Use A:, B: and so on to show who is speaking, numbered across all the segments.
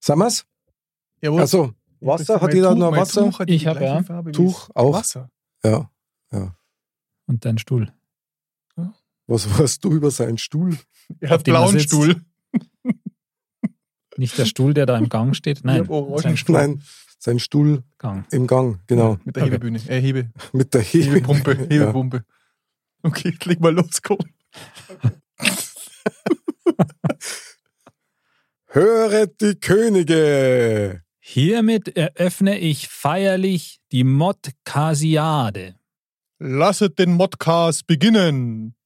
A: Sag mal's?
B: Jawohl.
A: Achso, Wasser? Hat
B: Mein
A: jeder
B: Tuch-
A: noch
B: mein
A: Wasser?
B: Tuch hat die
C: Ich hab,
B: gleiche
C: ja.
B: Farbe wie
A: Tuch
B: das
A: auch.
B: Wasser.
A: Ja.
C: Und dein Stuhl.
A: Was weißt du über seinen Stuhl?
B: Er hat
C: Auf dem er
B: blauen
C: sitzt.
B: Stuhl.
C: Nicht der Stuhl, der da im Gang steht.
B: Ich
C: Nein,
B: hab orangen
C: sein
B: Stuhl.
A: Nein, sein Stuhl
C: Stuhlgang.
A: im Gang, genau.
B: Mit der
C: Okay.
B: Hebebühne. Äh, Hebe.
A: Mit der Hebe.
B: Hebepumpe.
A: Ja.
B: Hebepumpe. Okay, leg mal los, komm.
A: Höret die Könige!
C: Hiermit eröffne ich feierlich die Modkasiade.
B: Lasset den Modcast beginnen.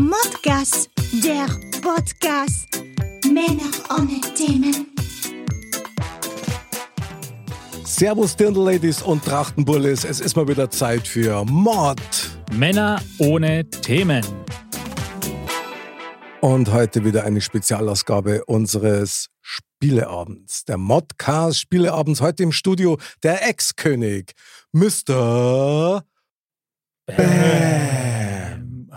D: Modcast, der Podcast. e Männer ohne Themen.
A: Servus Dirndl-Ladies und Trachtenbullis, es ist mal wieder Zeit für Mord.
C: Männer ohne Themen.
A: Und heute wieder eine Spezialausgabe unseres Spieleabends. Der Modcast Spieleabends heute im Studio der Ex-König, Mr. Bam.
B: Heute freue ich Ähm,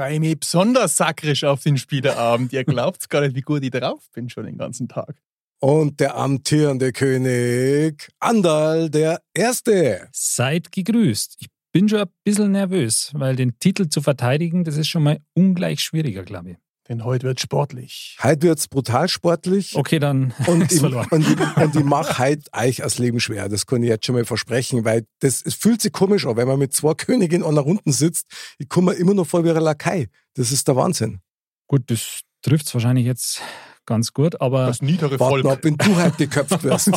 B: halt, mich besonders sakrisch auf den Spieleabend. Ihr glaubt's gar nicht, wie gut ich drauf bin schon den ganzen Tag.
A: Und der amtierende König, Andal der Erste.
C: Seid gegrüßt. Ich bin schon ein bisschen nervös, weil den Titel zu verteidigen, das ist schon mal ungleich schwieriger, glaube ich.
B: Denn heute wird sportlich.
A: Heute wird's brutal sportlich.
C: Okay, dann Oh,
A: Und,
C: ist
A: ich,
C: verloren.
A: und, ich, und ich mache halt euch das Leben schwer. Das kann ich jetzt schon mal versprechen, weil das es fühlt sich komisch an, wenn man mit zwei Königinnen an der Runden sitzt. Ich komme mir immer noch vor wie eine Lakai. Das ist der Wahnsinn.
C: Gut, das trifft es wahrscheinlich jetzt ganz gut, aber
B: Das
A: Warte
B: niedere
A: mal,
B: Volk.
A: ab, wenn du halt geköpft wirst.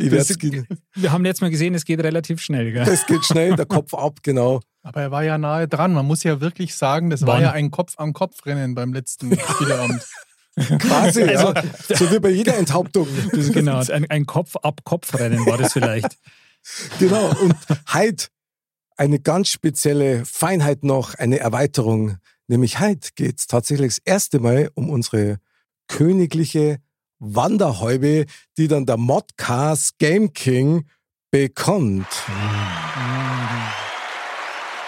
A: ich werd's gehen.
C: wir haben letztes Mal gesehen, es geht relativ schnell. Gell?
A: Das geht schnell, der Kopf ab, genau.
B: Aber er war ja nahe dran. Man muss ja wirklich sagen, das war
C: Wann?
B: ja ein Kopf-an-Kopf-Rennen beim letzten Spieleabend.
A: Quasi, ja. So wie bei jeder Enthauptung.
C: Also, Das ist genau, ein, ein Kopf-ab-Kopf-Rennen war das vielleicht.
A: Genau. Und heute eine ganz spezielle Feinheit noch, eine Erweiterung. Nämlich heute geht es tatsächlich das erste Mal um unsere königliche Wanderhäube, die dann der Modcast Game King bekommt.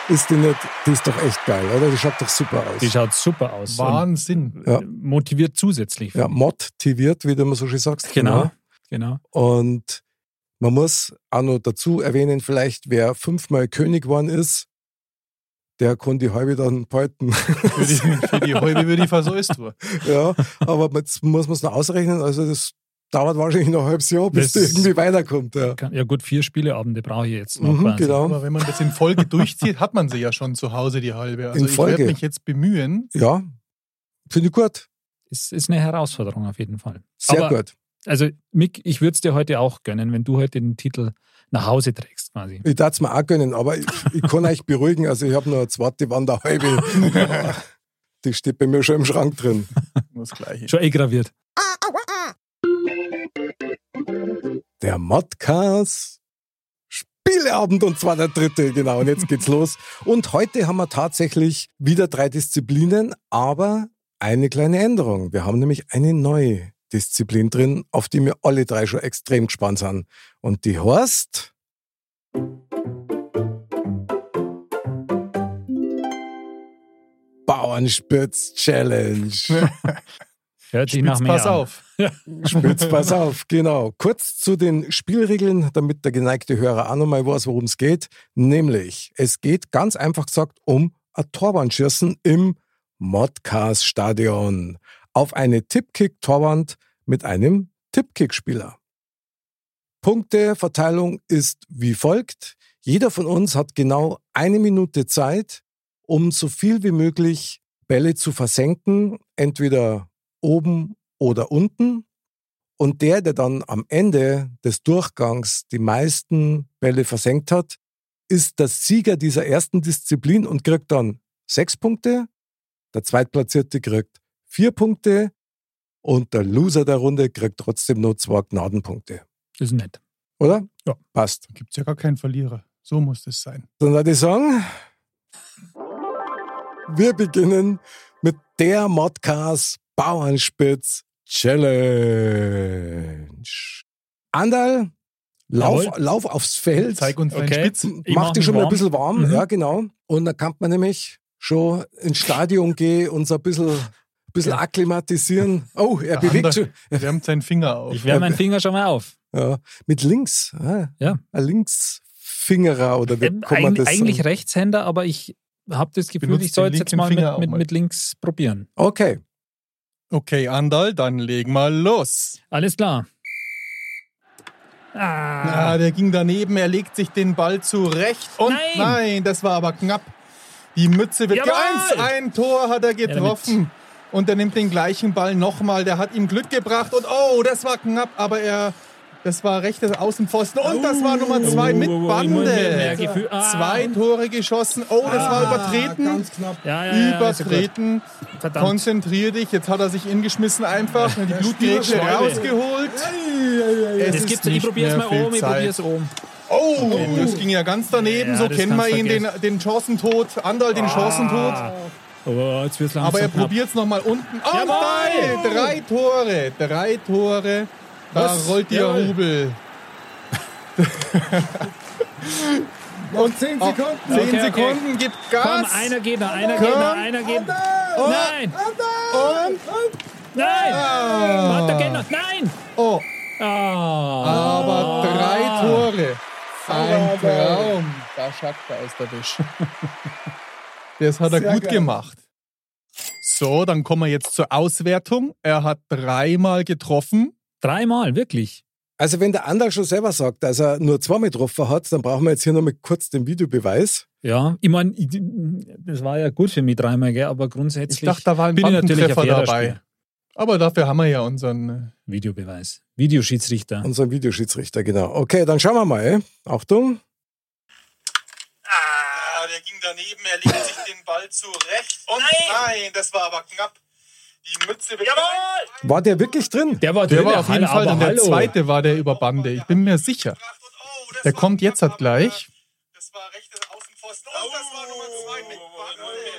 A: Ist die nicht, die ist doch echt geil, oder? Die schaut doch super
C: Die
A: aus.
C: schaut super aus. und
B: Wahnsinn.
A: Ja.
C: Motiviert zusätzlich.
A: Ja, motiviert, wie du immer so schön sagst.
C: Genau, genau.
A: Und man muss auch noch dazu erwähnen, vielleicht wer fünfmal König geworden ist, der kann die halbe dann beuten.
B: Für die, für die halbe würde ich versäust worden.
A: ja, aber jetzt muss man es noch ausrechnen. Also das dauert wahrscheinlich noch ein halbes Jahr, bis
C: Das-
A: das irgendwie weiterkommt. Ja,
C: Kann- Ja gut, vier Spieleabende brauche ich jetzt noch.
A: mhm,
C: Wahnsinn.
A: genau.
B: Aber wenn man das in Folge durchzieht, hat man sie ja schon zu Hause, die halbe. Also
A: In
B: ich
A: Folge.
B: werde mich jetzt bemühen.
A: Ja, finde ich gut.
C: Ist, ist eine Herausforderung auf jeden Fall.
A: Sehr
C: Aber-
A: gut.
C: Also Mick, ich würde es dir heute auch gönnen, wenn du heute den Titel nach Hause trägst quasi.
A: Ich darf es mir auch gönnen, aber ich, ich kann euch beruhigen. Also ich habe noch eine zweite Wanderhalbe. die steht bei mir schon im Schrank drin.
B: Das Gleiche.
C: Schon eh graviert.
A: Der Modcast Spieleabend und zwar der dritte, genau. Und jetzt geht's los. Und heute haben wir tatsächlich wieder drei Disziplinen, aber eine kleine Änderung. Wir haben nämlich eine neue Disziplin drin, auf die wir alle drei schon extrem gespannt sind. Und die heißt Bauernspitz Challenge.
C: Hört sich nach
B: Spitz,
C: mehr
B: pass
C: an.
B: auf.
A: Spitz, pass auf, genau. Kurz zu den Spielregeln, damit der geneigte Hörer auch nochmal weiß, worum es geht. Nämlich, es geht ganz einfach gesagt um ein Torwandschießen im Modcast-Stadion. Auf eine Tippkick-Torwand mit einem Tippkick-Spieler. Punkteverteilung ist wie folgt. Jeder von uns hat genau eine Minute Zeit, um so viel wie möglich Bälle zu versenken, entweder oben oder unten. Und der, der dann am Ende des Durchgangs die meisten Bälle versenkt hat, ist der Sieger dieser ersten Disziplin und kriegt dann sechs Punkte. Der Zweitplatzierte kriegt vier Punkte. Und der Loser der Runde kriegt trotzdem nur zwei Gnadenpunkte.
E: Das ist nett.
A: Oder?
E: Ja.
A: Passt.
B: Da gibt es ja gar keinen Verlierer. So muss es sein.
A: Dann würde ich sagen, wir beginnen mit der Modcast Bauernspitz Challenge. Andal, lauf,
E: Jawohl.
A: lauf aufs Feld.
B: Zeig uns deinen
E: Okay.
B: Spitzen.
E: Ich
A: mach
E: mach
A: dich
E: mich
A: schon mal ein
E: warm.
A: bisschen warm.
E: Mhm.
A: Ja, genau. Und dann kann man nämlich schon ins Stadion gehen und so ein bisschen, bisschen
B: Ja.
A: akklimatisieren. Oh, er
B: Der
A: bewegt
B: andere-
A: schon.
B: Wärmt seinen Finger auf.
E: Ich wärme meinen Finger schon mal auf.
A: Ja, mit links. Ah,
E: Ja.
A: Ein Linksfingerer oder wie
E: Ähm,
A: kann man das
E: eigentlich, eigentlich
A: sagen?
E: Rechtshänder, aber ich habe das Gefühl,
B: Benutzt
E: ich soll
B: den
E: jetzt
B: linken
E: mal
B: Finger
E: mit,
B: auch
E: mit,
B: mal.
E: mit links probieren.
A: Okay.
B: Okay, Andal, dann leg mal los.
E: Alles klar. Ah,
B: Ah, der ging daneben, er legt sich den Ball zurecht. Und
E: Nein!
B: nein das war aber knapp. Die Mütze wird
E: Jawohl!
B: eins. Ein Tor hat er getroffen. Und er nimmt den gleichen Ball nochmal. Der hat ihm Glück gebracht. Und oh, das war knapp, aber er. Das war rechtes Außenpfosten. Und das war Nummer zwei
E: Oh,
B: mit
E: oh, oh, oh,
B: Bande.
E: immer mehr- mehr Gefühl. Ah.
B: Zwei Tore geschossen. Oh, das war übertreten.
A: Ganz knapp.
E: ja, ja, ja, ist ja gut.
B: Übertreten.
E: Verdammt.
B: Konzentrier dich. Jetzt hat er sich ingeschmissen einfach. ne, Die Blutgrätsche
E: Schwalbe.
B: rausgeholt. Es
E: das
B: ist
E: gibt's, ich
B: nicht
E: probier's
B: mehr
E: mal
B: viel
E: oben, ich
B: Zeit.
E: probier's um.
B: Oh,
E: oben.
B: das ging ja ganz daneben.
E: Ja,
B: so
E: das
B: kennen wir
E: kannst
B: ihn, den,
E: vergessen.
B: den Chancentod. Andal den Chancentod.
E: Oh, jetzt wird's langsam
B: Aber er
E: knapp.
B: probiert es nochmal unten. Oh
E: Jawohl!
B: nein! Drei Tore. Drei Tore. Da
E: Was?
B: rollt der
E: Jawohl.
B: Rubel. Und 10 Sekunden. 10
E: Okay, okay.
B: Sekunden gibt Gas.
E: Komm, einer geht noch, einer geht noch, einer geht noch.
B: Oh,
E: Nein,
B: Und
E: nein,
B: Ah.
E: warte, geht noch, nein.
B: Oh,
E: Ah.
B: aber drei Tore. Ein Traum. Ah. Da Schakta ist der Wisch. Das hat er gut gemacht. So, dann kommen wir jetzt zur Auswertung. Er hat dreimal getroffen.
E: Dreimal, wirklich.
A: Also wenn der Andal schon selber sagt, dass er nur zweimal getroffen hat, dann brauchen wir jetzt hier nochmal kurz den Videobeweis.
E: Ja, ich meine, ich- das war ja gut für mich dreimal, gell? aber grundsätzlich
B: Ich dachte, da war ein
E: bin ich natürlich ein
B: Bandentreffer
E: fairer
B: dabei.
E: Spieler.
B: Aber dafür haben wir ja unseren.
E: Videobeweis. Videoschiedsrichter.
A: Unseren Videoschiedsrichter, genau. Okay, dann schauen wir mal. eh. Achtung.
B: Ah, der ging daneben, er legte sich den Ball zurecht. Und nein, das war aber knapp. Die Mütze wird. Jawohl!
A: War der wirklich drin?
E: Der war,
B: Der
E: drin,
B: war auf jeden
E: Hall-
B: Fall,
E: aber
B: und der
E: hallo.
B: zweite war der über Bande. Ich bin mir sicher. Der kommt jetzt halt gleich.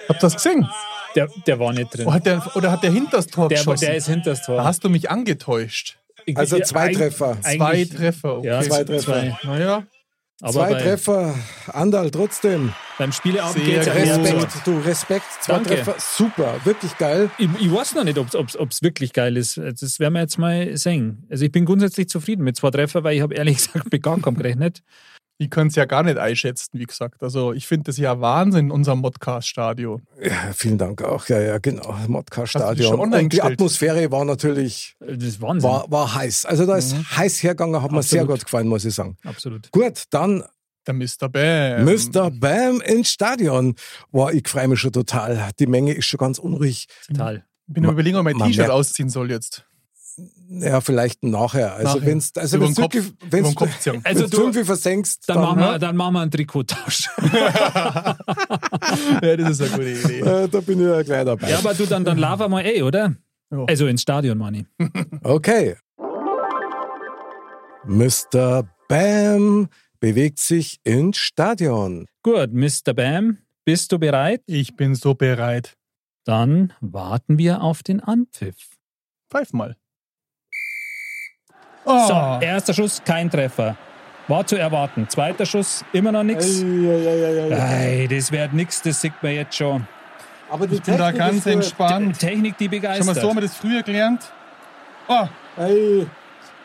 B: Habt ihr das gesehen?
E: Der, der war nicht drin.
B: Oh, hat der, oder hat der hinter das Tor
E: Der,
B: geschossen?
E: der ist hinter das Tor.
B: da hast du mich angetäuscht.
E: Ich-
A: Also
E: ich-
A: zwei
E: eig-
A: Treffer.
B: Zwei
E: eigentlich-
B: Treffer. Okay.
E: Ja,
A: Zwei
E: zwei
A: Treffer.
E: Treffer.
B: Naja,
E: Aber
A: Zwei
E: bei,
A: Treffer. Andal trotzdem.
E: beim Spieleabend
B: Sehr
E: geht es
A: Respekt, du Respekt. Zwei
E: Danke.
A: Treffer. Super, wirklich geil.
E: Ich, ich weiß noch nicht, ob es wirklich geil ist. Das werden wir jetzt mal sehen. Also ich bin grundsätzlich zufrieden mit zwei Treffer, weil ich habe ehrlich gesagt mit gar keinem gerechnet.
B: ich kann es ja gar nicht einschätzen, wie gesagt. Also ich finde das ja Wahnsinn, unser Modcast-Stadion.
A: Ja, vielen Dank auch. Ja, ja, genau.
B: Hast du dich
A: Modcast-Stadion.
B: schon online
A: Und die
B: gestellt?
A: Atmosphäre war natürlich
E: Das ist Wahnsinn.
A: war, war heiß. Also da ist
B: Mhm.
A: heiß hergegangen, hat mir sehr
E: Absolut.
A: gut gefallen, muss ich sagen.
E: Absolut.
A: Gut, dann
B: Der Mr. Bam.
A: Mr. Bam ins Stadion. Boah, ich freue mich schon total. Die Menge ist schon ganz unruhig.
E: Total.
B: Ich bin am überlegen, ob ich mein
A: Man
B: T-Shirt
A: merkt-
B: ausziehen soll jetzt.
A: Ja, vielleicht nachher. Also
B: Nachher.
A: wenn es also
B: Über
A: wenn's
B: den Kopf-
A: wirklich,
B: über
A: wenn's,
B: den Kopf ziehen.
A: wenn's
E: Also
A: du
E: du-
A: irgendwie versenkst,
E: Dann,
A: dann, ne?
E: machen wir, dann machen wir einen Trikottausch.
B: Ja, das ist eine gute Idee.
A: äh, da bin ich ja gleich dabei.
E: ja, aber du, dann, dann lauf mal eh, oder?
B: Ja.
E: Also ins Stadion, Manni.
A: Okay. Mr. Bam bewegt sich ins Stadion.
E: Gut, Mr. Bam, bist du bereit?
B: Ich bin so bereit.
E: Dann warten wir auf den Anpfiff.
B: Pfeif mal. Oh.
E: So, erster Schuss, kein Treffer. War zu erwarten. Zweiter Schuss, immer noch nichts. Ei, das wird nichts, das sieht man jetzt schon.
A: Aber die
B: ich bin da ganz entspannt.
E: Technik, die
B: Schon mal
E: begeistert.
B: so haben wir das früher gelernt. Oh,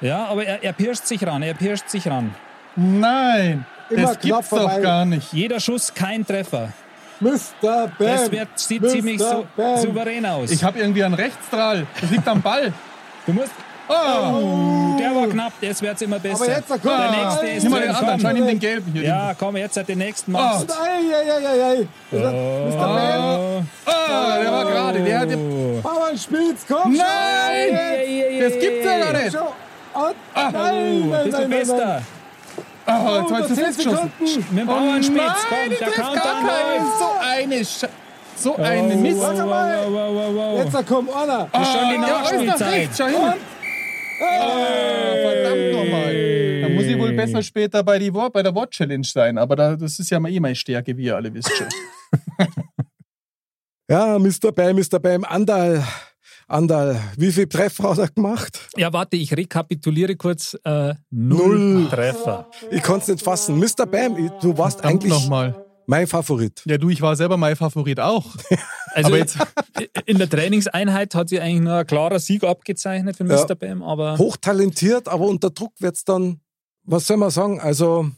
E: Ja, aber er, er pirscht sich ran, er pirscht sich ran.
B: nein.
A: Immer
B: das
A: knapp
B: gibt's doch
A: vorbei.
B: gar nicht.
E: Jeder Schuss, kein Treffer.
A: Mr. Bam.
E: Das wird, sieht ziemlich so, souverän aus.
B: Ich habe irgendwie einen Rechtsstrahl. Das liegt am Ball.
E: du musst,
B: Oh.
E: der war knapp, jetzt wird's immer besser.
A: jetzt, komm.
E: der
B: Ah.
E: nächste ist
B: Nimm mal den
E: drin,
B: anderen.
E: komm.
B: Schau, nimm den gelben hier.
E: Ja, komm, jetzt hat den nächsten
B: Ah.
E: Mann.
A: Mr. Bam.
B: Oh, der war gerade. Oh, Der hat
E: Oh.
A: Bauernspitz, komm
B: Nein! Das gibt's ja gar nicht. Ah.
A: nein, nein,
E: Bist du bester?
B: Oh, jetzt war das letzte Schuss.
E: Mit dem Bauernspitz, komm, der
B: Oh das ist
E: Countdown
B: gar kein.
E: läuft.
B: So eine Sch So ein Mist.
C: Wow, wow, wow, wow, wow.
F: Jetzt kommt einer.
C: ist schon die
B: Ah, ja, alles nach
C: Nachspielzeit.
B: rechts, schau hin. Ah, verdammt nochmal. Da muss ich wohl besser später bei, die, Wa- bei der Watch Challenge sein, aber da, das ist ja mal eh meine Stärke, wie ihr alle wisst schon.
A: Ja, Mr. Bam, Mr. Bam, Andal. Andal, wie viel Treffer hat er gemacht?
E: Ja, warte, ich rekapituliere kurz. Äh, null, Treffer.
A: Ich konnte es nicht fassen. Mr. Bam, ich- du warst
B: Verdammt
A: eigentlich
B: nochmal.
A: mein Favorit.
B: Ja, du, ich war selber mein Favorit auch.
E: Also
B: Aber jetzt-
E: in der Trainingseinheit hat sich eigentlich nur ein klarer Sieg abgezeichnet für
A: Ja.
E: Mr. Bam, aber
A: Hochtalentiert, aber unter Druck wird es dann, was soll man sagen? Also,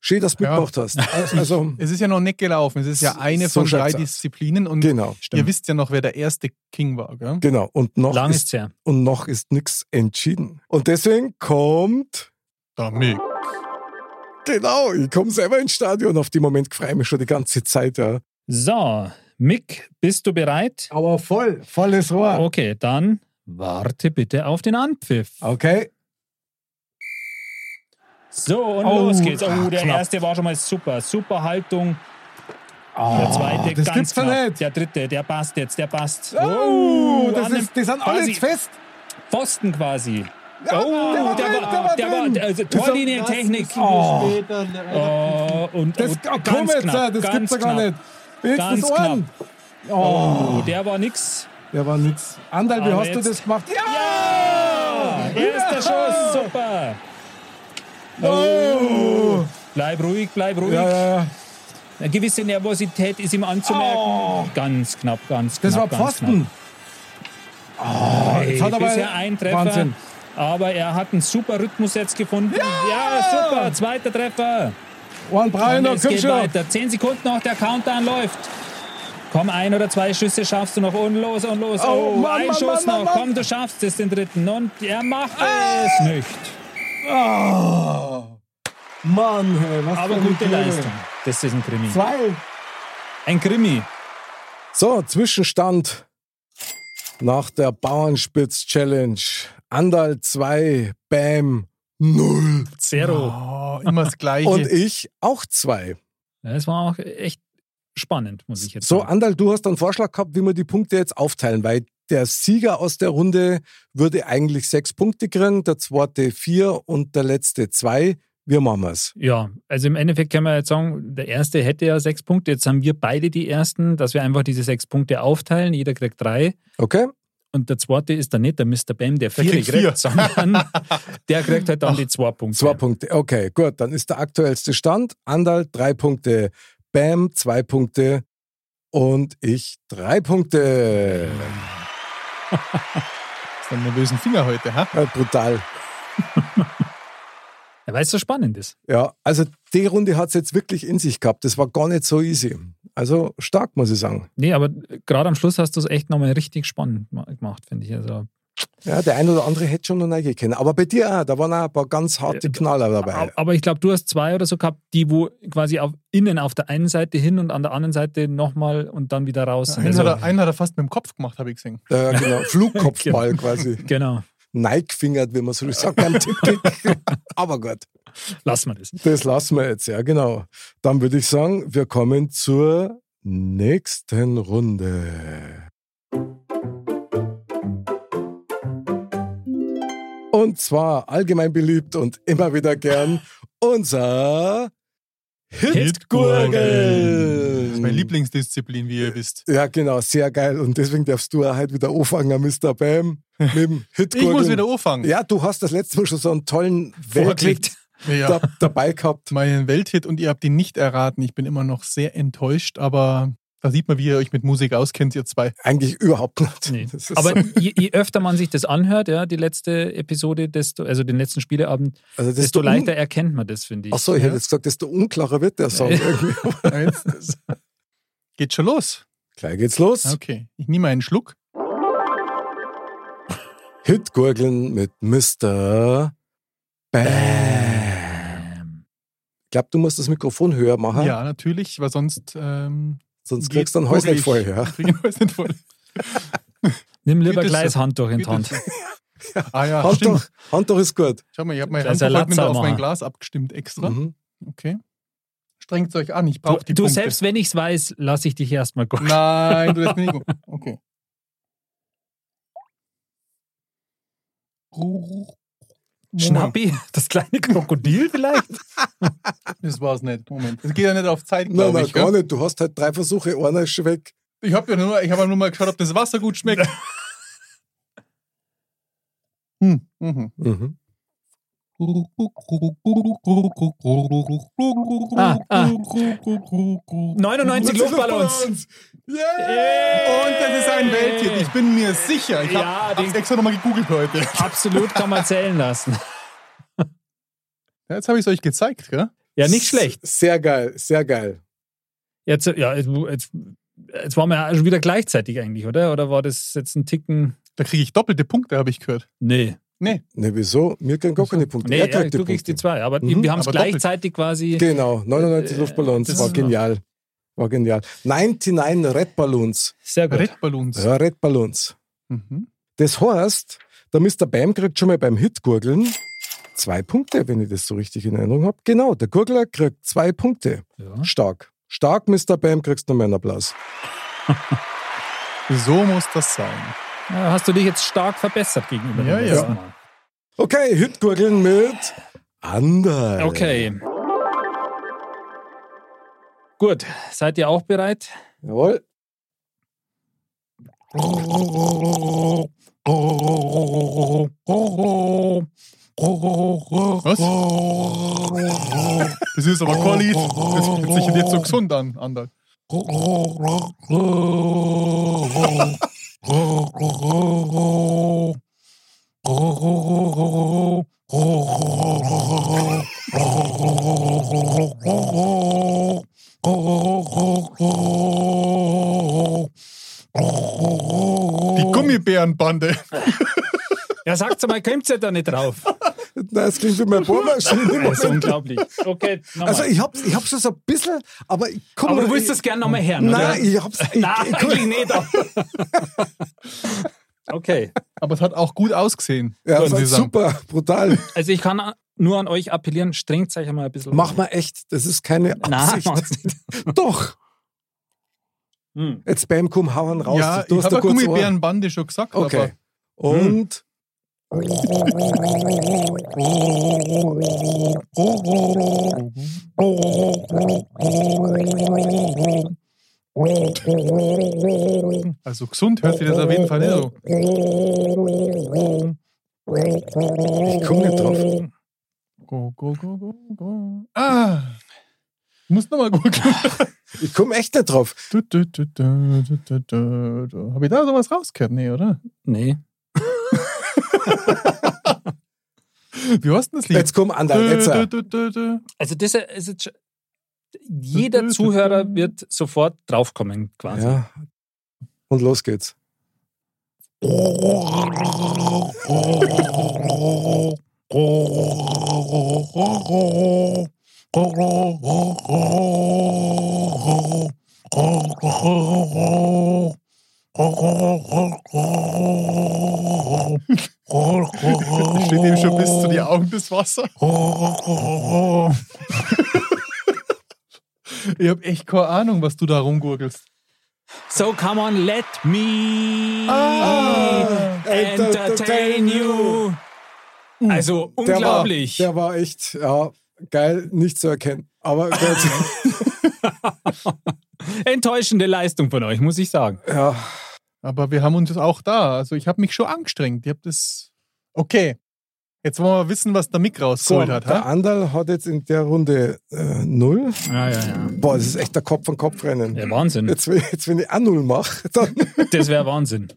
A: schön, dass du
B: Ja.
A: mitgemacht hast. Also,
B: Es ist ja noch nicht gelaufen. Es ist ja eine
A: So
B: von drei
A: schaut's aus.
B: Disziplinen und
A: genau,
B: ihr wisst ja noch, wer der erste King war, gell?
A: genau. Und noch
E: lang
A: ist
E: ist es her.
A: und noch ist nichts entschieden. Und deswegen kommt.
B: Damit.
A: Genau, ich komme selber ins Stadion. Auf den Moment freue ich mich schon die ganze Zeit. Ja.
E: So, Mick, bist du bereit?
F: Aber voll, volles Rohr.
E: Okay, dann warte bitte auf den Anpfiff.
F: Okay.
E: So, und
B: Oh,
E: los geht's. Oh,
B: ah,
E: der
B: knapp.
E: erste war schon mal super. Super Haltung. der zweite
F: Ah, das
E: ganz
F: gibt's doch
E: knapp.
F: nicht.
E: Der dritte, der passt jetzt, der passt.
F: Oh, das
E: an dem
F: ist, die sind alle
E: quasi
F: jetzt fest.
E: Pfosten quasi. oh,
F: der war
E: der
F: drin,
E: war,
F: der
E: der
F: war
E: war,
F: drin.
E: also
F: Ist er-
E: Torlinientechnik.
F: Oh.
E: Oh, und
F: Das,
E: oh,
F: oh, komm
E: ganz
F: jetzt,
E: knapp,
F: das
E: ganz
F: gibt's doch gar
E: knapp.
F: nicht. Willst du
E: Ganz
F: das an?
E: Oh, der war nix.
F: Der war nix. Andal, wie
E: Aber
F: hast du
E: Ah, jetzt-
F: das gemacht? Ja!
E: Ja! Erster Schuss, super. Oh. Bleib ruhig, bleib ruhig.
F: Ja, ja, ja.
E: Eine gewisse Nervosität ist ihm anzumerken. Ganz knapp, ganz
F: Oh. Das
E: knapp.
F: war Pfosten.
E: Ganz knapp. Hey,
F: jetzt hat er aber-
E: bisher ein Treffer.
F: Wahnsinn.
E: Aber er hat einen super Rhythmus jetzt gefunden. Ja, super, zweiter Treffer.
F: One
E: Und
F: Brainer,
E: es
F: komm
E: geht
F: schon.
E: weiter. Zehn Sekunden noch, der Countdown läuft. Komm, ein oder zwei Schüsse schaffst du noch. Und los, und los.
F: Oh,
E: Oh,
F: Mann,
E: ein
F: Mann,
E: Schuss
F: Mann, Ah! Mann,
E: noch.
F: Mann.
E: Komm, du schaffst es, den dritten. Und er macht es nicht.
F: Oh. Mann, hey, was
E: Aber
F: für eine
E: gute
F: Idee.
E: Leistung. Das ist ein Krimi.
F: Zwei.
E: Ein Krimi.
A: So, Zwischenstand nach der Bauernspitz-Challenge. Andal 2, Bam 0.
F: Ah.
E: Zero.
B: Oh, immer das Gleiche.
A: Und ich auch 2.
E: Das war auch echt spannend, muss ich jetzt
A: So,
E: sagen.
A: Andal, du hast einen Vorschlag gehabt, wie wir die Punkte jetzt aufteilen, weil der Sieger aus der Runde würde eigentlich sechs Punkte kriegen, der zweite vier und der letzte zwei. Wir machen es.
E: Ja, also im Endeffekt kann man jetzt sagen, der erste hätte ja sechs Punkte. Jetzt haben wir beide die ersten, dass wir einfach diese sechs Punkte aufteilen. Jeder kriegt drei.
A: Okay?
E: Und der zweite ist dann nicht der Mr. Bam, der vier
B: kriegt
E: kriegt,
B: vier.
E: sondern der kriegt halt dann die zwei Punkte.
A: Zwei Punkte. Okay, gut. Dann ist der aktuellste Stand. Andal drei Punkte. Bam zwei Punkte. Und ich drei Punkte.
B: Hast einen nervösen Finger heute, ha?
A: Ja, brutal.
E: Ja, Weil es so spannend ist.
A: Ja, also die Runde hat es jetzt wirklich in sich gehabt. Das war gar nicht so easy. Also stark, muss ich sagen.
E: Nee, aber gerade am Schluss hast du es echt nochmal richtig spannend ma- gemacht, finde ich. Also,
A: Ja, der ein oder andere hätte schon noch neige kennen. Aber bei dir auch, da waren auch ein paar ganz harte
E: Ja,
A: Knaller dabei.
E: aber, aber ich glaube, du hast zwei oder so gehabt, die wo quasi auf, innen auf der einen Seite hin und an der anderen Seite nochmal und dann wieder raus.
B: Einen,
E: Also,
B: hat er, einen hat er fast mit dem Kopf gemacht, habe ich gesehen.
A: Ja, genau. Flugkopfball quasi.
E: genau,
A: Neigfingert, wie man so sagt, beim Tippkick. Aber gut,
E: lassen wir das.
A: das lassen wir jetzt, ja, genau. Dann würde ich sagen, wir kommen zur nächsten Runde. Und zwar allgemein beliebt und immer wieder gern unser
E: Hitgurgeln.
B: Das
A: Hitgurgeln.
B: ist meine Lieblingsdisziplin, wie ihr wisst.
A: Ja, genau, sehr geil. Und deswegen darfst du auch heute wieder anfangen, Mr. Bam, mit dem
B: Ich
A: Hitgurgeln.
B: muss wieder anfangen.
A: Ja, du hast das letzte Mal schon so einen tollen Welthit
E: Vorgelegt.
B: ja.
A: da, dabei gehabt.
B: Meinen Welthit und ihr habt ihn nicht erraten. Ich bin immer noch sehr enttäuscht, aber da sieht man, wie ihr euch mit Musik auskennt, ihr zwei.
A: Eigentlich überhaupt nicht.
E: Nee.
A: Das ist
E: Aber
A: so-
E: je, je öfter man sich das anhört, ja, die letzte Episode, desto, also den letzten Spieleabend,
A: also
E: desto
A: un-
E: leichter erkennt man das, finde ich.
A: Ach so, ich
E: ja.
A: hätte jetzt gesagt, desto unklarer wird der Song. irgendwie.
B: Jetzt Geht schon los.
A: Gleich geht's los.
B: Okay, ich nehme einen Schluck.
A: Hitgurgeln mit Mr. Bam. Ich glaube, du musst das Mikrofon höher machen,
B: Ja, natürlich, weil sonst. Ähm,
A: sonst
B: geht-
A: kriegst du ein Häus nicht voll.
B: gurgel ich.
A: Ja.
B: Krieg ein Häus nicht voll.
E: Nimm lieber
B: Bitte,
E: gleich
B: Sir.
E: Handtuch in die
B: Bitte,
E: Hand.
B: Sir. Ah ja,
A: Hand,
B: stimmt.
A: doch, Hand doch ist gut.
B: Schau mal, ich habe mein
E: Kleiner
B: Handtuch heute
E: Latzer
B: wieder auf
E: machen.
B: mein Glas abgestimmt extra.
A: Mhm.
B: Okay. strengt euch an. Ich
E: Du,
B: brauche die
E: du
B: Punkte.
E: selbst wenn ich's weiß, lasse ich dich erstmal gucken.
B: Nein, du lässt mich nicht gucken. Okay. Moment,
E: Schnappi, das kleine Krokodil vielleicht?
B: Das war's nicht. Moment. Das geht ja nicht auf Zeit,
A: Nein,
B: glaube
A: nein,
B: ich.
A: gar
B: Gell?
A: nicht. Du hast halt drei Versuche, einer ist schon weg.
B: Ich habe ja nur, ich hab ja nur mal geschaut, ob das Wasser gut schmeckt. hm. Mhm.
A: Mhm.
E: Ah, ah. 99 Luftballons.
B: Und das ist ein Welthit. Ich bin mir sicher. Ich
E: Ja,
B: habe
E: den-
B: hab's extra nochmal gegoogelt heute.
E: Absolut kann man zählen lassen.
B: Ja, jetzt habe ich es euch gezeigt, gell?
E: Ja, nicht schlecht.
A: Sehr geil, sehr geil.
E: Jetzt, ja, jetzt, jetzt, jetzt waren wir ja schon wieder gleichzeitig eigentlich, oder? Oder war das jetzt ein Ticken?
B: Da kriege ich doppelte Punkte, habe ich gehört.
E: Nee.
A: Ne, wieso? Mir kriegen gar keine Punkte.
E: Mhm. Nee,
A: er
E: ja,
A: kriegt
E: du
A: die
E: kriegst
A: Punkte.
E: die zwei. Aber
A: Mhm.
E: wir haben es
B: Aber doppelt.
E: gleichzeitig quasi.
A: Genau, 99 Luftballons.
E: das
A: War
E: ist-
A: genial. War genial. 99 Red Balloons.
E: Sehr gut.
B: Red Balloons.
A: Ja, Red Balloons.
B: Mhm.
A: Das heißt, der Mr. Bam kriegt schon mal beim Hit gurgeln zwei Punkte, wenn ich das so richtig in Erinnerung habe. Genau, der Gurgler kriegt zwei Punkte.
E: Ja.
A: Stark. Stark, Mr. Bam, kriegst du meinen Applaus.
B: So muss das sein.
E: Ja, Hast du dich jetzt stark verbessert gegenüber
B: Ja,
E: dem
B: ja.
E: letzten Mal.
A: Okay, Hit gurgeln mit Anderl.
E: Okay. Gut, seid ihr auch bereit?
A: Jawohl.
B: Was? Das ist aber Colli. Das fühlt sich jetzt so gesund an, Andal. Die Gummibärenbande.
E: Ja, sagt's mal, kommt's ja da nicht drauf.
A: Na, das klingt wie meine Bohrmaschine.
E: Das ist unglaublich. Okay, nochmal.
A: Also ich hab's, ich hab's schon so ein bisschen, aber ich komm
E: aber
A: mal-
E: du willst das gerne nochmal hören,
A: Nein,
E: oder?
A: ich hab's. Ich,
E: Nein, eigentlich nicht. okay.
B: Aber es hat auch gut ausgesehen.
A: ja,
B: können
A: das war
B: Sie sagen.
A: halt super, brutal.
E: Also ich kann nur an euch appellieren, strengt euch mal ein bisschen.
A: Mach mal echt, das ist keine
E: Nein,
A: Absicht.
E: macht's nicht.
A: Doch.
E: Hm.
A: Jetzt Bam, komm, hauen raus.
B: ja,
A: du
B: ich
A: hast ein
B: habe
A: kurzes Ohr.
B: Gummibärenbande schon gesagt,
A: Okay. Und
B: aber also gesund hört sich das auf jeden Fall nicht so. Hm.
A: ich komme nicht drauf.
B: Go, go, go, go, go. Ah! Ich muss nochmal gucken.
A: Ich komme echt nicht drauf.
B: Du, du, du, du, du, du, du, du. Hab ich da sowas rausgehört? Nee, oder?
E: Nee.
B: Wie heißt denn das Lied?
A: Jetzt komm, Andal, jetzt.
B: Du,
A: äh,
B: du, du, du, du.
E: Also das ist jetzt schon- jeder Zuhörer wird sofort draufkommen quasi.
A: Ja. Und los geht's.
B: Da steht ihm schon bis zu die Augen das Wasser. Ich habe echt keine Ahnung, was du da rumgurgelst.
E: So come on, let me
A: Ah,
E: entertain you. Also
A: Hm. Der war,
E: unglaublich.
A: der war echt ja, geil, nicht zu erkennen. Aber gut,
E: Enttäuschende Leistung von euch, muss ich sagen.
A: ja,
B: Aber wir haben uns auch da. Also ich habe mich schon angestrengt. Ich habe das. Okay. Jetzt wollen wir mal wissen, was der Mick
A: so,
B: rausgeholt hat.
A: der
B: Ha?
A: Andal hat jetzt in der Runde äh, null.
E: Ja, ja, ja.
A: Boah, das ist echt der Kopf an Kopf rennen.
E: Ja, Wahnsinn.
A: Jetzt, wenn- jetzt, wenn ich auch null mache, dann,
E: Das wäre Wahnsinn.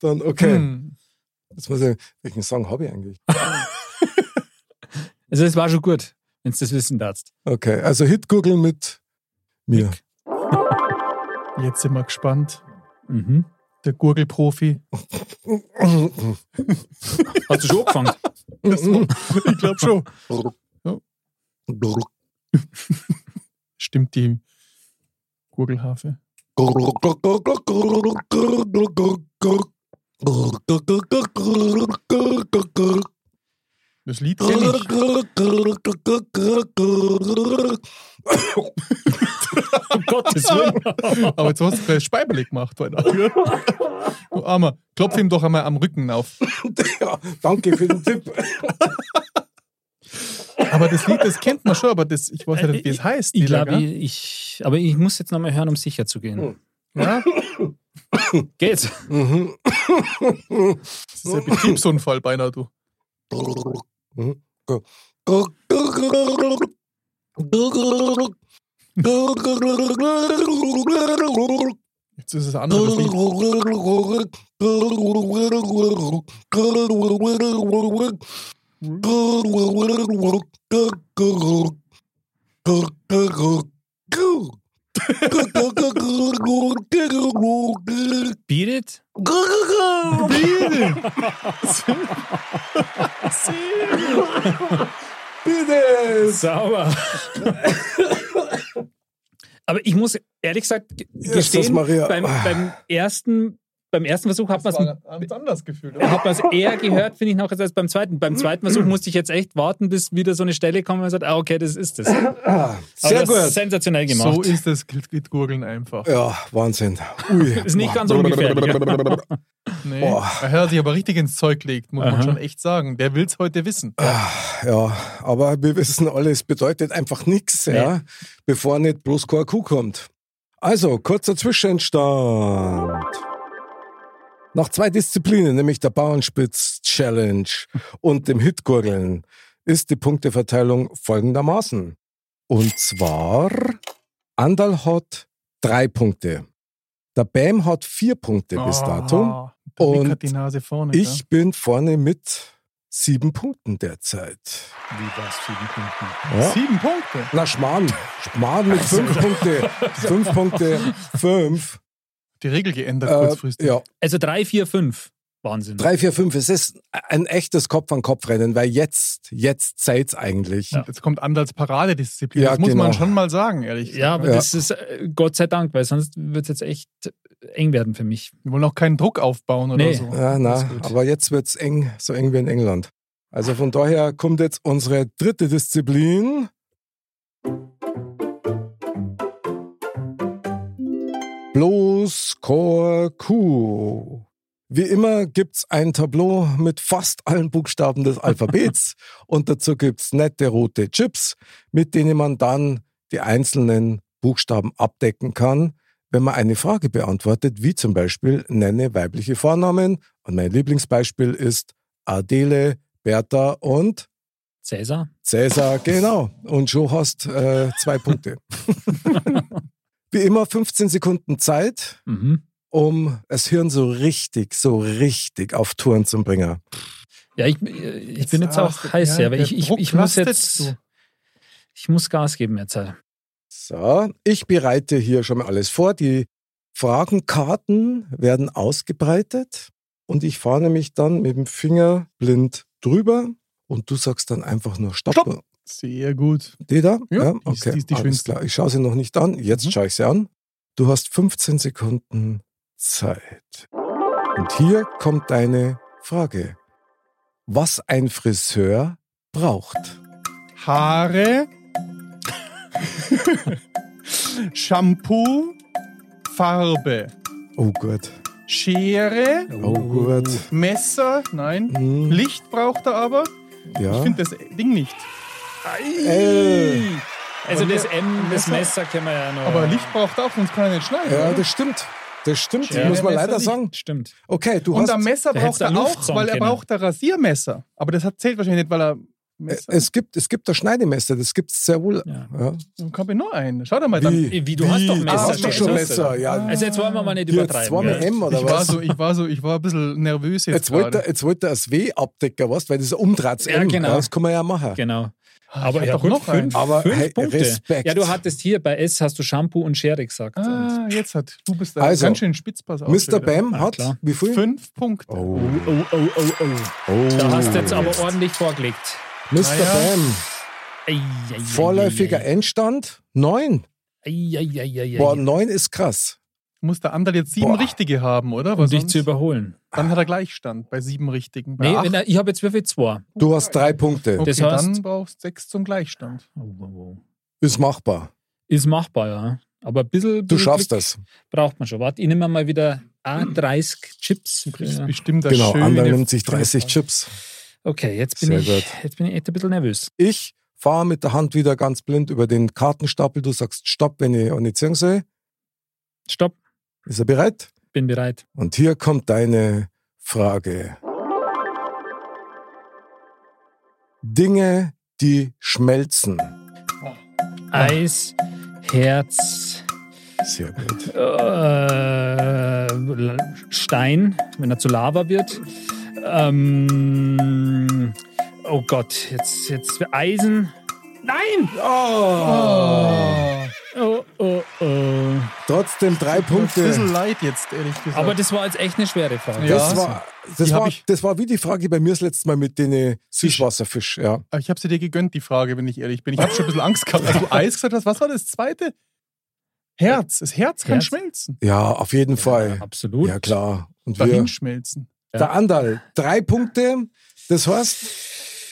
A: dann okay.
B: Hm.
A: Jetzt muss ich, welchen Song habe ich eigentlich?
E: Also es war schon gut, wenn du das wissen darfst.
A: Okay, also Hit Google mit mir.
B: Jetzt sind wir gespannt.
E: Mhm.
B: Der Gurgelprofi.
E: Hast du schon angefangen?
B: Ich glaube schon. Stimmt die Gurgelhafe. Das Lied kenne ich.
E: Um Gottes Willen.
B: Aber jetzt hast du gleich Speiberle gemacht, Alter. Du Armer, klopf ihm doch einmal am Rücken auf.
A: ja, danke für den Tipp.
B: Aber das Lied, das kennt man schon, aber das, ich weiß ja nicht, wie es heißt.
E: Ich
B: Lieder,
E: glaube,
B: gell?
E: ich, ich, aber ich muss jetzt nochmal hören, um sicher zu gehen.
B: Ja?
E: Geht's?
A: Mhm.
B: Das ist ein Betriebsunfall beinahe, du. Jetzt ist es ein anderes Lied.
E: Beat it?
A: Bitte!
E: Sauber. Aber ich muss ehrlich gesagt ge-
A: Jesus
E: gestehen,
A: Maria.
E: beim, beim, ersten, beim ersten Versuch hat
B: Das
E: man es
B: war ein ganz anderes Gefühl. oder?
E: hat man es eher gehört, finde ich, noch als beim zweiten. Beim zweiten
A: Hm.
E: Versuch musste ich jetzt echt warten, bis wieder so eine Stelle kommt und man sagt, ah, okay, das ist es. Aber
A: Sehr
E: das ist
A: gut.
E: sensationell gemacht.
B: So ist das mit Gurgeln einfach.
A: Ja, Wahnsinn. Ui.
E: ist nicht ganz ungefährlich.
B: Nee.
A: Boah.
B: Er hat sich aber richtig ins Zeug gelegt, muss man schon echt sagen. Der will's heute wissen.
A: Ja, aber wir wissen alle, es bedeutet einfach nichts, ja, bevor nicht bloß kein Kuh kommt. Also, kurzer Zwischenstand. Nach zwei Disziplinen, nämlich der Bauernspitz-Challenge und dem Hitgurgeln, ist die Punkteverteilung folgendermaßen. Und zwar, Andal hat drei Punkte. Der Bam hat vier Punkte bis dato.
B: Ah, der Mick
A: Und
B: hat die Nase vorne.
A: Ich bin vorne mit sieben Punkten derzeit.
E: Wie war's, sieben Punkten?
B: gell? Sieben Punkte.
A: Na, Schmarrn. Schmarrn mit fünf Punkte. Fünf Punkte. Fünf.
B: Die Regel geändert
A: Äh,
B: kurzfristig.
A: ja,
E: Also drei, vier, fünf. Wahnsinn.
A: drei, vier, fünf. Es ist ein echtes Kopf-an-Kopf-Rennen, weil jetzt, jetzt seid's eigentlich.
B: Und Jetzt kommt an als Paradedisziplin.
A: Ja,
B: das muss man
A: genau.
B: schon mal sagen, ehrlich. gesagt.
E: Ja, aber
A: Ja.
E: das ist äh, Gott sei Dank, weil sonst wird es jetzt echt äh, eng werden für mich.
B: Wir wollen auch keinen Druck aufbauen oder
E: Nee.
B: so.
A: Ja,
B: Das
A: na,
B: ist gut.
A: aber jetzt wird's eng, so eng wie in England. Also von daher kommt jetzt unsere dritte Disziplin. Bloß Korku. Wie immer gibt's ein Tableau mit fast allen Buchstaben des Alphabets und dazu gibt's nette rote Chips, mit denen man dann die einzelnen Buchstaben abdecken kann, wenn man eine Frage beantwortet, wie zum Beispiel nenne weibliche Vornamen. Und mein Lieblingsbeispiel ist Adele, Bertha und
E: Cäsar?
A: Cäsar. Genau. Und schon hast äh, zwei Punkte. wie immer 15 Sekunden Zeit,
E: Mhm.
A: um das Hirn so richtig, so richtig auf Touren zu bringen.
E: Ja, ich, äh, ich bin jetzt auch
B: lastet-
E: heiß,
B: ja,
E: ja, aber
B: der
E: ich, ich,
B: Druck
E: ich muss
B: lastet
E: jetzt.
B: so.
E: Ich muss Gas geben jetzt. halt.
A: So, ich bereite hier schon mal alles vor. Die Fragenkarten werden ausgebreitet und ich fahre nämlich dann mit dem Finger blind drüber und du sagst dann einfach nur Stopp.
B: Stopp. Sehr gut.
A: Die da?
B: Ja, die ist-
A: okay.
B: die ist die
A: alles
B: schönste.
A: klar. Ich schaue sie noch nicht an. Jetzt
B: Mhm.
A: schaue ich sie an. Du hast 15 Sekunden Zeit. Und hier kommt deine Frage. Was ein Friseur braucht.
B: Haare, Shampoo, Farbe,
A: Oh gut.
B: Schere,
A: Oh gut.
B: Messer, nein.
A: Hm,
B: Licht braucht er aber. Ich
A: Ja.
B: finde das Ding nicht.
A: Äh,
E: Also
B: Aber
E: das
B: wir-
E: M, das
B: Messer-
E: Messer können wir ja noch.
B: Aber Licht braucht er auch, sonst kann er nicht schneiden.
A: ja,
B: oder?
A: das stimmt. Das stimmt,
B: Schere,
A: muss man
B: Messer,
A: leider
B: Licht.
A: sagen.
E: Stimmt.
A: Okay, du
B: Und
A: hast.
B: am Messer
E: Da
B: braucht
E: hättest
B: er
E: du einen
B: auch,
E: Luftzahn
B: weil er
E: kennen.
B: braucht ein Rasiermesser. Aber das hat, zählt wahrscheinlich nicht, weil er Messer.
A: es gibt, es gibt das Schneidemesser, das gibt es sehr wohl.
E: Ja.
A: Ja.
B: Dann kommt mir noch einen. Schau doch mal dann.
A: Wie?
E: Wie, du hast doch
A: Du
E: Messer.
A: hast doch schon
E: Messer.
A: Messer, ja.
E: Also jetzt wollen wir mal nicht
A: Hier, zwei
E: übertreiben.
A: mit
E: gell?
A: M oder
B: Ich
A: was?
B: war so, ich war so, ich war ein bisschen nervös jetzt.
A: Jetzt wollte,
B: gerade.
A: er, jetzt wollte er das W abdecken, was? Weil das ist ein Umdrahts
E: Ja,
A: M.
E: genau.
A: Das kann man ja machen.
E: Genau. Aber
B: Ah, hab
E: ja,
B: doch
E: gut,
B: noch einen.
E: fünf,
A: Aber
E: fünf
A: hey,
E: Punkte.
A: Respekt.
E: Ja, du hattest hier bei S hast du Shampoo und Schere gesagt. Und-
B: Ah, jetzt hat. Du bist da
A: Also,
B: ganz schön Spitzpass auch
A: Mr.
B: schon wieder.
A: Bam
E: Ah,
A: hat
E: klar.
A: wie viel?
B: Fünf Punkte.
A: Oh,
E: Oh, oh, oh, oh.
A: oh.
E: Da hast du jetzt aber ordentlich vorgelegt.
A: Mr.
B: Naja.
A: Bam,
E: Ei, ei, ei,
A: vorläufiger Endstand neun.
E: ei, ei, ei, ei, ei.
A: Boah, neun ist krass.
B: Muss der andere jetzt sieben
A: Boah.
B: richtige haben, oder?
E: Um
B: Weil
E: dich
B: sonst-
E: zu überholen.
B: Dann hat er Gleichstand bei sieben richtigen. Bei
E: Nee,
B: acht.
E: wenn er, ich habe jetzt Würfel 2.
A: Du hast drei Punkte.
B: okay,
E: das heißt-
B: dann brauchst du sechs zum Gleichstand.
E: Oh, oh, oh.
A: Ist machbar.
E: Ist machbar, ja. Aber ein bisschen.
A: Du
E: bisschen
A: schaffst
E: Glück
A: das.
E: Braucht man schon. Warte, ich nehme mal wieder A30 Chips.
B: Das ist
E: Ja.
B: bestimmt eine
A: genau,
B: schöne
A: Ander nimmt sich
B: schöne
A: 30
B: Frage.
A: Chips.
E: Okay, jetzt bin,
A: Sehr
E: ich,
A: gut.
E: jetzt bin ich echt ein bisschen nervös.
A: Ich fahre mit der Hand wieder ganz blind über den Kartenstapel. Du sagst Stopp, wenn ich eine Zung sehe.
E: Stopp,
A: Ist er bereit?
E: bin bereit.
A: Und hier kommt deine Frage. Dinge, die schmelzen.
E: Ah. Eis, Herz,
A: Sehr gut.
E: äh, Stein, wenn er zu Lava wird. Ähm, oh Gott, jetzt, jetzt Eisen. Nein! Oh, oh, oh.
A: Trotzdem drei
B: Ein bisschen
A: Punkte.
B: leid jetzt, ehrlich gesagt.
E: Aber das war jetzt echt eine schwere Frage.
B: Ja.
A: Das war, das,
B: Die hab
A: war,
B: ich-
A: das war wie die Frage bei mir das letzte Mal mit den Süßwasserfisch. Ja.
B: Aber ich habe sie dir gegönnt, die Frage, wenn ich ehrlich bin. Ich habe schon ein bisschen Angst gehabt, als du Eis gesagt hast. Was war das zweite? Herz. Das Herz kann
E: Herz?
B: schmelzen.
A: ja, auf jeden Fall.
E: Absolut.
A: Ja, klar. Und wir,
B: Dahin schmelzen.
A: der Andal, drei Punkte. Das heißt,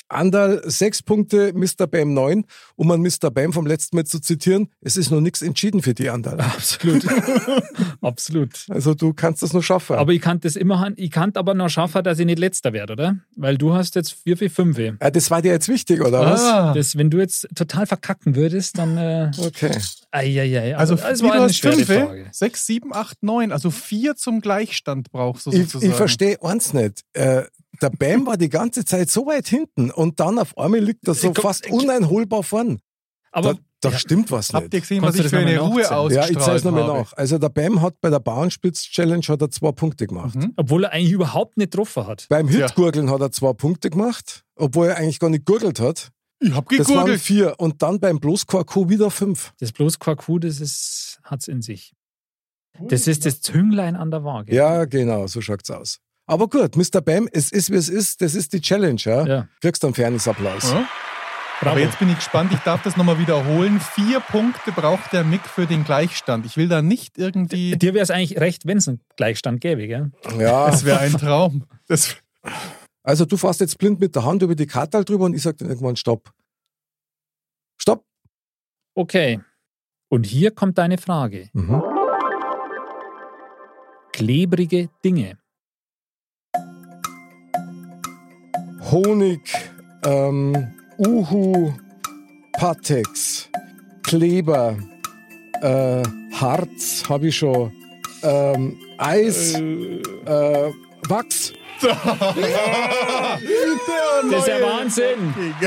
A: Andal sechs Punkte, Mr. Bam neun. Um an Mr. Bam vom letzten Mal zu zitieren, es ist noch nichts entschieden für die Andal.
E: Absolut. Absolut.
A: Also du kannst das nur schaffen.
E: Aber ich kann das immer, ich kann aber noch schaffen, dass ich nicht letzter werde, oder? Weil du hast jetzt 4 für 5.
A: ja, Ah, das war dir jetzt wichtig, oder was?
B: Ah,
E: Das, wenn du jetzt total verkacken würdest, dann. Äh,
A: Okay.
E: eieiei.
B: also
E: Aber es
B: wie
E: war
B: du
E: eine
B: hast
E: schwere
B: fünf,
E: Frage.
B: sechs, sieben, acht, neun. Also vier zum Gleichstand brauchst du
A: Ich,
B: sozusagen.
A: ich verstehe eins nicht. Äh, der Bam war die ganze Zeit so weit hinten und dann auf einmal liegt er so
E: Ich komm-
A: fast uneinholbar vorn.
E: Aber
A: da da stimmt was
B: Habt ihr
A: nicht.
B: gesehen, was ich
E: Kannst du das
B: für
E: noch mal
B: eine Ruhe
E: nachzählen?
A: Ja,
B: ausgestrahlt
A: ich zeige es nochmal
B: habe?
A: nach. Also der Bam hat bei der Bauernspitz-Challenge hat er zwei Punkte gemacht.
B: Mhm.
E: obwohl er eigentlich überhaupt nicht getroffen hat.
A: Beim
B: Tja.
A: Hitgurgeln hat er zwei Punkte gemacht, obwohl er eigentlich gar nicht gurgelt hat.
B: Ich habe
A: Das waren
B: gegurgelt.
A: vier. Und dann beim Bloßquarko wieder fünf.
E: Das bloß Quarku, das ist, hat's in sich. Das ist das Zünglein an der Waage.
A: Ja, genau, so schaut's aus. Aber gut, Mr. Bam, es ist wie es ist, das ist die Challenge, ja?
E: Ja.
A: Kriegst dann fernes Applaus.
B: Ja.
E: Bravo.
B: Aber jetzt bin ich gespannt, ich darf das nochmal wiederholen. Vier Punkte braucht der Mick für den Gleichstand. Ich will da nicht irgendwie.
E: Dir wäre es eigentlich recht, wenn es einen Gleichstand gäbe, gell?
A: Ja,
B: Das wäre ein Traum. Das,
A: also du fährst jetzt blind mit der Hand über die Karte halt drüber und ich sag dann irgendwann Stopp. Stopp.
E: Okay. Und hier kommt deine Frage.
A: Mhm.
E: Klebrige Dinge.
A: Honig, ähm, Uhu, Patex, Kleber, äh, Harz habe ich schon, ähm, Eis, äh, Wachs.
E: Das ist ja Wahnsinn!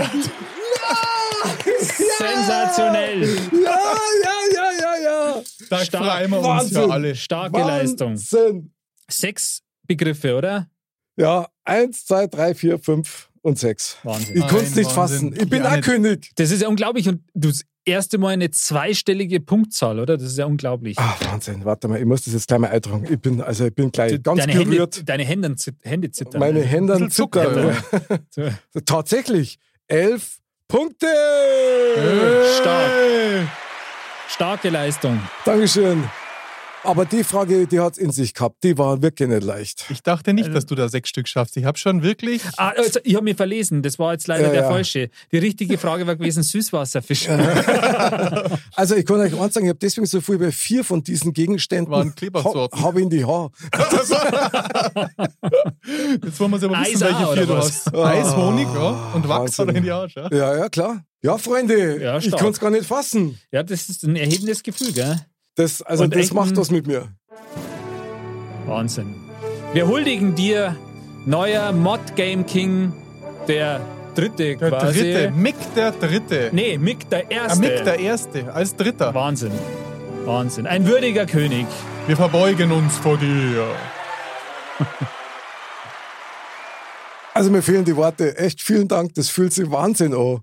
E: Sensationell!
A: Ja, ja, ja, ja, ja.
B: da
E: Stark.
B: freuen wir uns ja
A: Wahnsinn.
B: alle.
E: Starke Leistung.
A: Wahnsinn.
E: Sechs Begriffe, oder?
A: Ja, eins, zwei, drei, vier, fünf und sechs.
E: Wahnsinn.
A: Ich konnte es
B: Ein
A: nicht
B: Wahnsinn.
A: fassen. Ich bin
B: Ja,
A: auch
B: nicht.
A: König.
E: Das ist ja unglaublich. Und du das erste Mal eine zweistellige Punktzahl, oder? Das ist ja unglaublich.
A: Ah, Wahnsinn. Warte mal, ich muss das jetzt gleich mal eintragen. Ich bin, also ich bin gleich
E: Du-
A: ganz
E: deine
A: gerührt.
E: Hände, deine Hände, zit- Hände zittern.
A: Meine
B: Ein
A: Hände
B: bisschen Zucker.
A: zittern.
E: Hände.
A: Tatsächlich. Elf Punkte!
E: Stark. Starke Leistung.
A: Dankeschön. Aber die Frage, die hat es in sich gehabt. Die war wirklich nicht leicht.
B: Ich dachte nicht,
E: Also
B: dass du da sechs Stück schaffst. Ich habe schon wirklich.
E: Ah, also, ich habe mir verlesen. Das war jetzt leider
A: Ja,
E: der
A: ja.
E: falsche. Die richtige Frage war gewesen: Süßwasserfisch.
A: Also ich kann euch eins sagen, ich habe deswegen so viel bei vier von diesen Gegenständen
B: Waren Klebersorten.
A: habe in die Haare.
B: Jetzt wollen wir es aber wissen,
E: Eis auch,
B: welche vier du
E: oder
B: hast. Eis, Honig ja, und Wachs
A: Wahnsinn.
B: hat er in die Arsch. Ja?
A: Ja, ja, klar. Ja, Freunde,
E: Ja,
A: ich
E: stark.
A: kann es gar nicht fassen.
E: ja, das ist ein erhebendes Gefühl, gell?
A: Das, also
E: Und
A: das
E: echten-
A: macht was mit mir.
E: Wahnsinn. Wir huldigen dir, neuer Mod Game King, der dritte
B: Der
E: quasi.
B: dritte. Mick der Dritte.
E: Nee, Mick der erste.
B: Ah, Mick der E- Erste. Als Dritter.
E: Wahnsinn. Wahnsinn. Ein würdiger König.
B: Wir verbeugen uns vor dir.
A: Also mir fehlen die Worte. Echt vielen Dank. Das fühlt sich Wahnsinn an.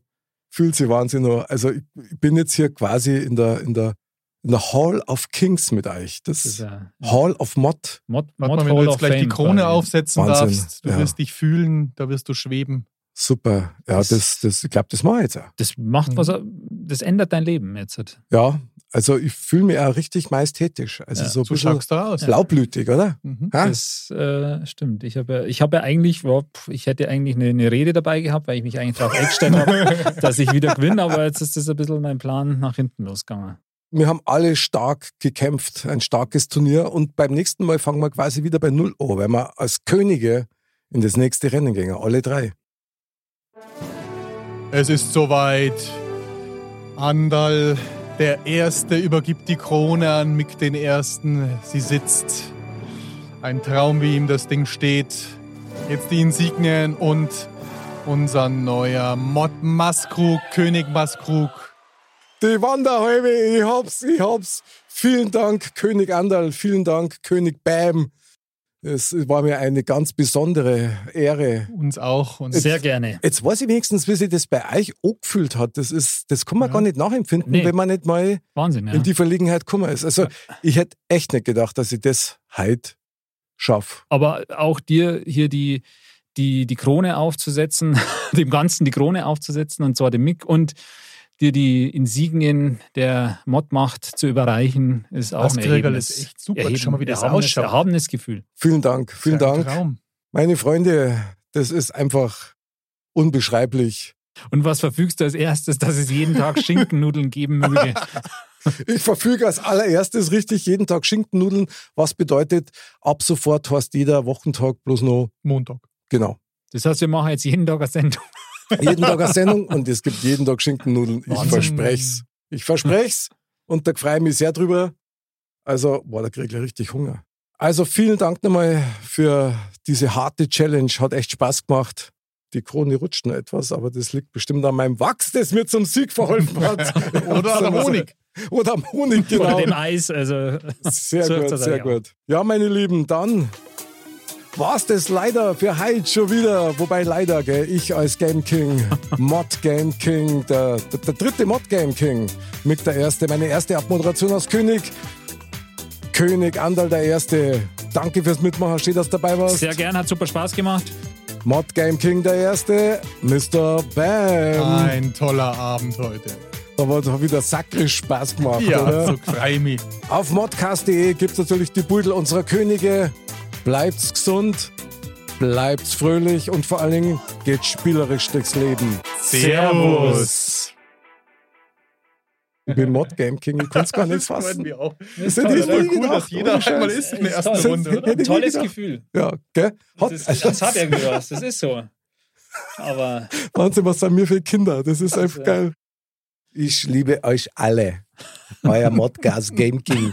A: Fühlt sich Wahnsinn an. Also ich, ich bin jetzt hier quasi in der, in der, in der Hall of Kings mit euch. Das,
E: Das ist ja
A: Hall of Mod.
E: Mod,
B: Warte
E: Mod
B: mal, wenn
E: Hall
B: du
E: of
B: jetzt gleich die
E: Fame
B: Krone
E: quasi.
B: aufsetzen
A: Wahnsinn,
B: darfst, du
A: ja.
B: wirst dich fühlen, da wirst du schweben.
A: Super. Ja,
E: Das-
A: das, das, ich glaube, das mache ich jetzt auch.
E: Das macht was, das ändert dein Leben jetzt.
A: Ja, Also ich fühle mich auch richtig majestätisch. Also
E: Ja,
A: so ein
B: So
A: bisschen
B: schaust du aus.
A: blaublütig, oder?
B: Mhm.
A: Ha?
E: Das äh, stimmt. Ich habe ja, ich hab ja eigentlich, wow, pf, ich hätte eigentlich eine, eine Rede dabei gehabt, weil ich mich eigentlich darauf eingestellt habe, dass ich wieder gewinne, aber jetzt ist das ein bisschen mein Plan nach hinten losgegangen.
A: Wir haben alle stark gekämpft, ein starkes Turnier. Und beim nächsten Mal fangen wir quasi wieder bei Null an, weil wir als Könige in das nächste Rennen gehen, alle drei.
B: Es ist soweit. Andal, der Erste, übergibt die Krone an Mick den Ersten. Sie sitzt. Ein Traum, wie ihm das Ding steht. Jetzt die Insignien und unser neuer Mod Maskrug, König Maskrug.
A: Die Wanderhalbe, ich hab's, ich hab's. Vielen Dank, König Andal, vielen Dank, König Bam. Es war mir eine ganz besondere Ehre.
B: Uns auch. Und
E: Sehr gerne.
A: Jetzt weiß ich wenigstens, wie sich das bei euch angefühlt hat. Das, ist, das kann man gar nicht nachempfinden,
E: Nee.
A: wenn man nicht mal
E: Wahnsinn, ja.
A: in die Verlegenheit gekommen ist. Also ich hätte echt nicht gedacht, dass ich das heute schaffe.
E: Aber auch dir hier die, die, die Krone aufzusetzen, dem Ganzen die Krone aufzusetzen und zwar dem Mick und dir die Insignien der Modmacht zu überreichen, ist auch
B: Das
E: ein
B: Kriegerl
E: erhebendes,
B: ist echt super. Jetzt schau mal, wie das
E: erhabenes,
B: ausschaut.
E: erhabenes Gefühl.
A: Vielen Dank, vielen
B: Ein
A: Dank.
B: Traum.
A: Meine Freunde, das ist einfach unbeschreiblich.
E: Und was verfügst du als erstes, dass es jeden Tag Schinkennudeln geben möge?
A: Ich verfüge als allererstes richtig jeden Tag Schinkennudeln, was bedeutet, ab sofort hast jeder Wochentag bloß noch,
B: Montag.
A: genau,
E: Das heißt, wir machen jetzt jeden Tag eine Sendung.
A: jeden Tag eine Sendung und es gibt jeden Tag Schinkennudeln. Ich
B: Wahnsinn.
A: versprech's. Ich versprech's und da freue ich mich sehr drüber. Also, boah, da krieg ich richtig Hunger. Also vielen Dank nochmal für diese harte Challenge. Hat echt Spaß gemacht. Die Krone rutscht noch etwas, aber das liegt bestimmt an meinem Wachs, das mir zum Sieg verholfen hat.
B: Oder an der Honig.
A: Oder am Honig, genau.
E: Oder dem Eis. Also,
A: Sehr
E: So,
A: gut,
E: das
A: sehr
E: hab ich auch.
A: gut. Ja, meine Lieben, dann war's das leider für heute schon wieder. Wobei leider, gell, ich als Game King, Mod Game King, der, der, der dritte Mod Game King, Mick der Erste, meine erste Abmoderation als König. König Andal der Erste, danke fürs Mitmachen, schön, dass du dabei warst.
E: sehr gern, hat super Spaß gemacht.
A: Mod Game King der Erste, Mr. Bam.
B: Ein toller Abend heute.
A: Aber da hat wieder sakrisch Spaß gemacht, oder?
B: Ja, so creamy.
A: Auf modcast.de gibt es natürlich die Pudel unserer Könige. Bleibt's gesund, bleibt's fröhlich und vor allen Dingen geht spielerisch durchs Leben.
B: Servus.
A: Ich bin Mod Game King, ich kann's gar nicht fassen.
B: wir auch.
A: Das hätte ich
B: Das war
A: nie
B: cool,
A: gedacht.
B: dass jeder
A: ohne Scheiß.
B: einmal ist in der
E: Ist
B: ersten
E: toll.
B: Runde, oder?
A: Hätte ich nie
C: Tolles
A: gedacht.
C: Gefühl.
A: Ja, gell? Hat,
C: Das, das hat irgendwie was. Das ist so. Aber
A: Wahnsinn, was sind wir für Kinder? Das ist einfach geil. Ich liebe euch alle. Euer Modcast Game King.